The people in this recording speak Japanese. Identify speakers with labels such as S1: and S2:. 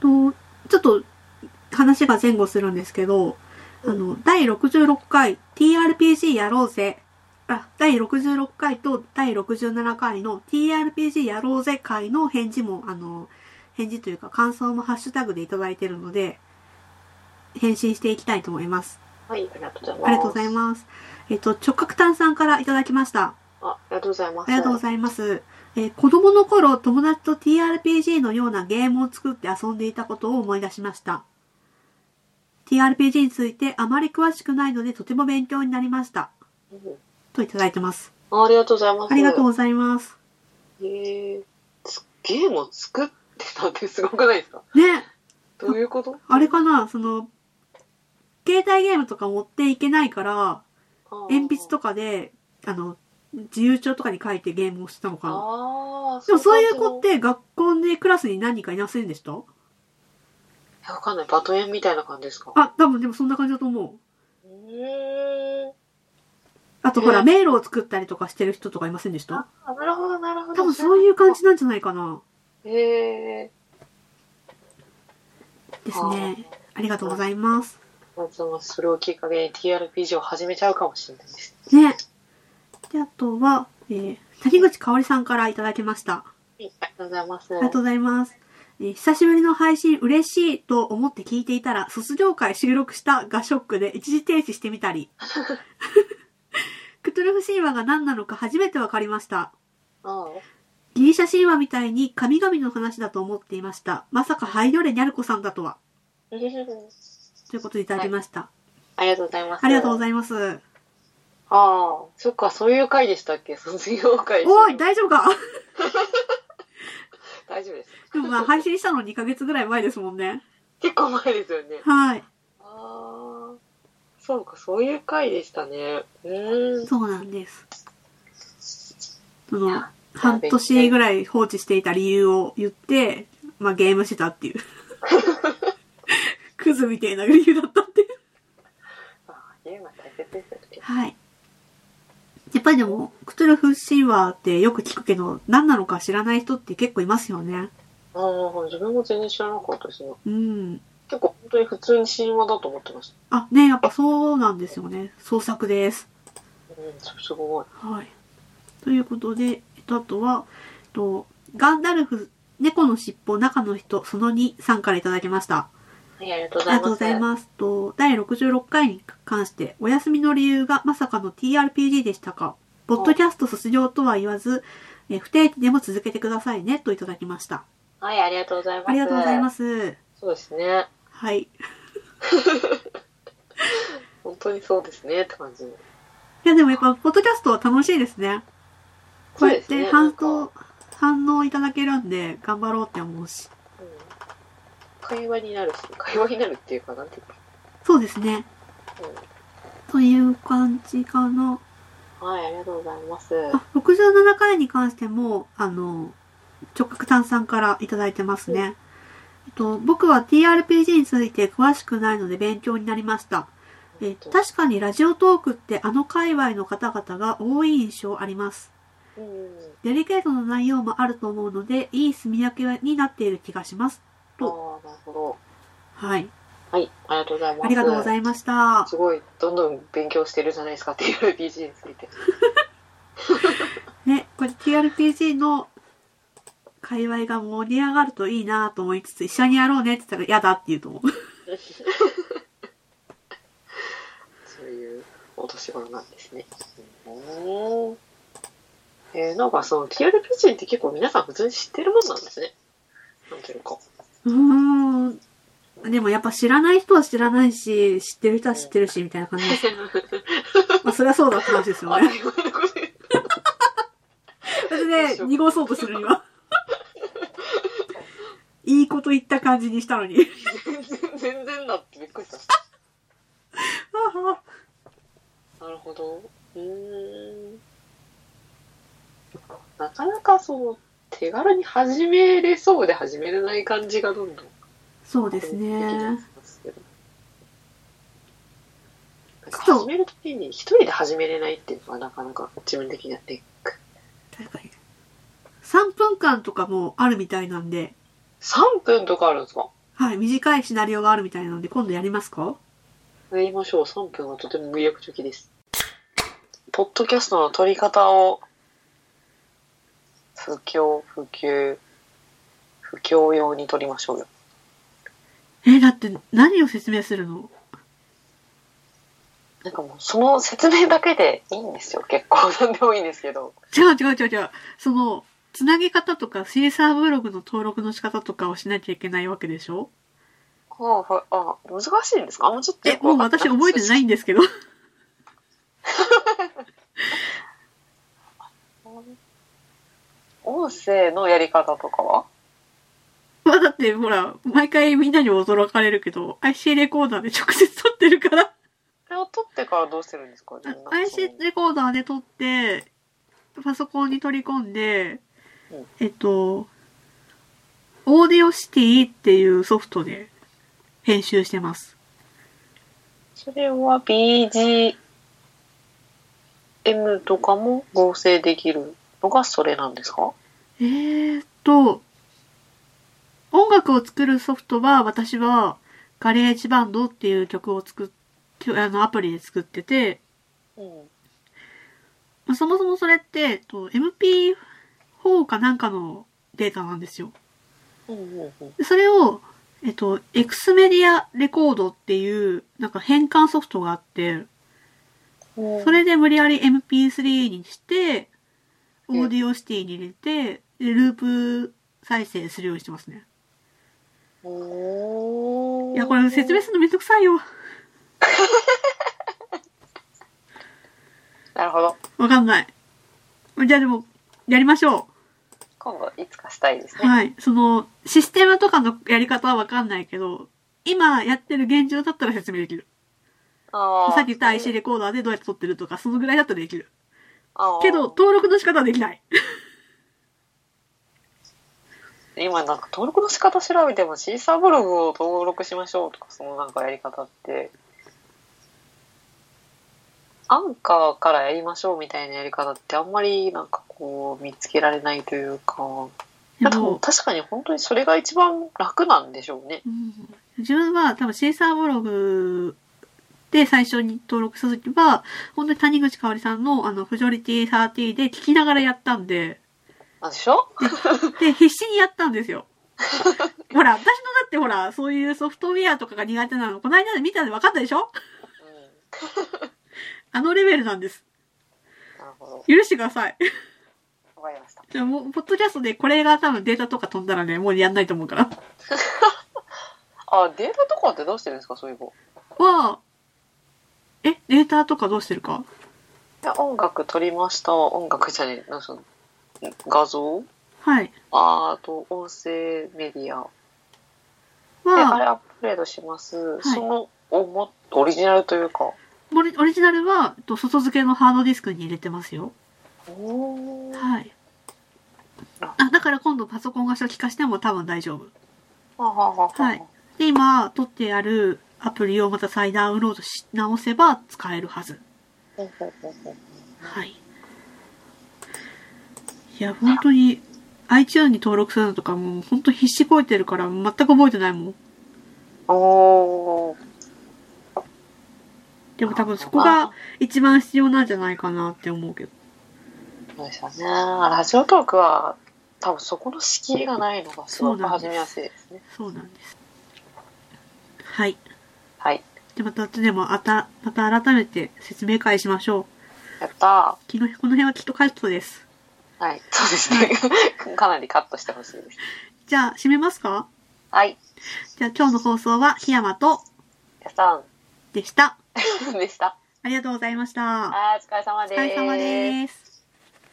S1: とちょっと話が前後するんですけど、あの、第66回 TRPG やろうぜ。あ、第66回と第67回の TRPG やろうぜ回の返事も、あの、返事というか感想もハッシュタグでいただいてるので、返信していきたいと思います。
S2: はい、ありがとうございます。
S1: ありがとうございます。えっと、直角炭さんからいただきました。
S2: あありがとうございます。
S1: ありがとうございます。えー子供の頃、友達と TRPG のようなゲームを作って遊んでいたことを思い出しました。TRPG についてあまり詳しくないので、とても勉強になりました。
S2: うん
S1: といただいてます。
S2: あありがとうございます。
S1: ありがとうございます。
S2: えー、つゲームを作ってたってすごくないですか
S1: ね、
S2: どういうこと
S1: あれかな、その、携帯ゲームとか持っていけないから、 鉛筆
S2: か。
S1: とかで、あの、自由帳とかに書いてゲームをしてたのかな。
S2: ああ、
S1: でもそういう子っ
S2: い
S1: て学校でクラスに何人かいませんでした
S2: やわかんない。バトエンみたいな感じですか
S1: あ、多分でもそんな感じだと思う。
S2: うーん。
S1: あとほら、
S2: ね
S1: 迷路を作ったりとかしてる人とかいませんでした
S2: あ、なるほど、なるほど。
S1: 多分そういう感じなんじゃないかな。
S2: へえ。
S1: ですね。ありがとうございます。
S2: まずはそれをきっかけに TRPG を始めちゃうかもしれないです。
S1: ね。で、あとは、えー、谷口香織さんからいただきました。
S2: はいありがとうございます。
S1: ありがとうございます。えー久しぶりの配信嬉しいと思って聞いていたら、卒業会収録したがショックで一時停止してみたり。クトゥルフ神話が何なのか初めてわかりました。
S2: あ
S1: ギリシャ神話みたいに神々の話だと思っていました。まさかハイドレニャルコさんだとは。
S2: あうん
S1: ということでいただきました。
S2: ありがとうございます。
S1: ありがとうご
S2: います。
S1: ざいます。
S2: ああ、そっか、そういう回でしたっ け卒業会。
S1: おい、大丈夫か
S2: 大丈夫です。
S1: でもまあ、配信したの2ヶ月ぐらい前ですもんね。
S2: 結構前ですよ ね。
S1: はい。
S2: ああ、そうか、そういう回でしたね。うーん。
S1: そうなんです。その、半年ぐらい放置していた理由を言って、まあ、ゲームしたって いう。クズみたいな理由だったっていう。
S2: あーゲームは大切ですよね。
S1: はい。やっぱりでも、クトゥルフ神話ってよく聞くけど、何なのか知らない人って結構いますよね。
S2: ああ、自分も全然知らなかったしな、
S1: うん。
S2: 結構本当に普通に神話だと思ってまし
S1: あ、ねやっぱそうなんですよね。創作です。
S2: た。うん、それすごい。
S1: はい。ということで、えっと、あとは、えっと、ガンダルフ、猫の尻尾、中の人、その2さんからいただきました。
S2: はい、ありがとう
S1: あ
S2: ご
S1: り
S2: ざい
S1: が
S2: ます。
S1: とうございます。と、第66回に関して、お休みの理由がまさかの TRPG でしたか。ポッドキャスト卒業とは言わず、え不定期でも続けてくださいね、といただきました。
S2: はい、ありがとうございます。。
S1: ありがとうございますす。
S2: そうですね。
S1: はい。
S2: 本当にそうですね、って感じ。
S1: いや、でもやっぱ、ポッドキャストは楽しいですね。こうやっ
S2: そうです
S1: て
S2: ね
S1: 反応、
S2: なん
S1: 反応いただけるんで、頑張ろうって思うし。
S2: うん会話になるし、会話になるっていうか、なんていうか。
S1: そうですね。という感じかな。
S2: うんはい、ありがとうございます。
S1: あ、67回に関しても、あの、直角炭さんからいただいてますね。えっと、僕は TRPG について詳しくないので勉強になりました。え確かにラジオトークってあの界隈の方々が多い印象あります。
S2: うん、
S1: デリケートな内容もあると思うので、いい住み分けになっている気がします。
S2: ああ、なるほど。
S1: はい。
S2: はい、ありがとうございます。
S1: ありがとうございました。
S2: すごい、どんどん勉強してるじゃないですか、TRPG について。
S1: ね、これ TRPG の界隈が盛り上がるといいなと思いつつ、一緒にやろうねって言ったら嫌だって言うと思う。
S2: そういうお年頃なんですね。うんえー、なんかその TRPG って結構皆さん普通に知ってるもんなんですね。なんていう か。
S1: うーん。でもやっぱ知らない人は知らないし、知ってる人は知ってるし、みたいな感じです。まあそりゃそうだって話ですよ
S2: あ
S1: ね。
S2: れこれ
S1: それで、濁そうとするに は。いいこと言った感じにしたのに。
S2: 全然だってびっくりした。なるほど。うーん。なかなかその手軽に始めれそうで始めれない感じがどんどん
S1: そうですね。
S2: なんか始めるときに一人で始めれないっていうのはなかなか自分的にやっていく。
S1: 確かに。3分間とかもあるみたいなんで、
S2: 3分とかあるんですか
S1: はい、短いシナリオがあるみたいなので、今度やりますか
S2: やりましょう。3分はとても魅力的です。ポッドキャストの撮り方を、不況、不及、不況用に撮りましょうよ。
S1: え、だって何を説明するの
S2: なんかもう、その説明だけでいいんですよ。結構、なんでもいいんですけど。
S1: 違う違う違う違う。その、つなぎ方とか、シーサーブログの登録の仕方とかをしなきゃいけないわけでしょ
S2: ああ、はいああ難しいんですかあもうちょっと
S1: え
S2: よ、く
S1: も
S2: わ
S1: う
S2: かんな。
S1: 私覚えてないいんですけど。
S2: 音声のやり方とかは
S1: まあだって、ほら、毎回みんなに驚かれるけど、IC レコーダーで直接撮ってるから。
S2: それを撮ってからどうしてるんですかみんな
S1: IC レコーダーで撮って、パソコンに取り込んで
S2: うん、
S1: えっと、オーディオシティっていうソフトで編集してます。
S2: それは BGM とかも合成できるのがそれなんですか
S1: えーっと、音楽を作るソフトは私はガレージバンドっていう曲を作っ、あのアプリで作ってて、
S2: うん。
S1: まあそもそもそれって、えっと MP4 かなんかのデータなんですよ。
S2: うんうんうん。
S1: でそれを、えっと、エクスメディアレコードっていう、なんか変換ソフトがあって、それで無理やり MP3 にして、
S2: うん
S1: オーディオシティに入れて、でループ再生するようにしてますね。
S2: おー
S1: いや、これ説明するのめんどくさいよ。
S2: なるほど。
S1: わかんない。じゃあでも、やりましょ
S2: 今度いつかしたいです
S1: う。
S2: ね。
S1: はい。その、システムとかのやり方はわかんないけど、今やってる現状だったら説明できる。
S2: あー
S1: さっき言った IC レコーダーでどうやって撮ってるとか、そのぐらいだったらできる。
S2: あー
S1: けど、登録の仕方はできない。
S2: 今なんか登録の仕方調べてもシーサーブログを登録しましょうとかそのなんかやり方ってアンカーからやりましょうみたいなやり方ってあんまりなんかこう見つけられないというか
S1: で
S2: でも
S1: も、
S2: 確かに本当にそれが一番楽なんでしょうね
S1: うん自分は多分シーサーブログで最初に登録した時は、本当に谷口香織さんのあの、フジョリティ30で聞きながらやったんで、
S2: あでしょ
S1: で、必死にやったんですよ。ほら、私のだってほら、そういうソフトウェアとかが苦手なの、この間で見たんで分かったでしょ
S2: うん
S1: あのレベルなんです。
S2: なるほど
S1: 許してください。
S2: わかりました
S1: じゃあもう、ポッドキャストでこれが多分データとか飛んだらね、もうやんないと思うから。
S2: あデータとかってどうしてるんですかそういうの
S1: は、え、データとかどうしてるか
S2: いや音楽撮りました音楽じゃねえなんかその画像
S1: はい。
S2: あーあと音声メディアで、あ
S1: は、
S2: れアップデートします。
S1: い
S2: そのおもオリジナルというか。
S1: オリオリジナルは、えっと外付けのハードディスクに入れてますよ。
S2: おー
S1: はい。あ、だから今度パソコンが初期化しても多分大丈夫。
S2: ははは
S1: はいで、今、撮ってあるアプリをまた再ダウンロードし直せば使えるはず。
S2: ほんほんほんほん
S1: はい。いや、本当に、iTunes に登録するのとかもう本当必死こいてるから全く覚えてないもん。
S2: おー
S1: でも多分そこが一番必要なんじゃないかなって思うけど。
S2: そうですよね。ラジオトークは、多分そこの敷居がないのがす
S1: そう
S2: ごく
S1: なんです
S2: 始めやすいですね。
S1: そうなんです。はい。
S2: はい。
S1: で、また、でも、あた、また改めて説明会しましょう。
S2: やった
S1: 昨日、この辺はきっとカットです。
S2: ー。はい。そうですね。かなりカットしてほしいです。
S1: じゃあ、締めますか
S2: はい。
S1: じゃあ、今日の放送は、檜山と、
S2: やさ
S1: でした。
S2: ん でした。
S1: ありがとうございました。
S2: はい、お疲れ様
S1: お
S2: で
S1: 疲れ様です。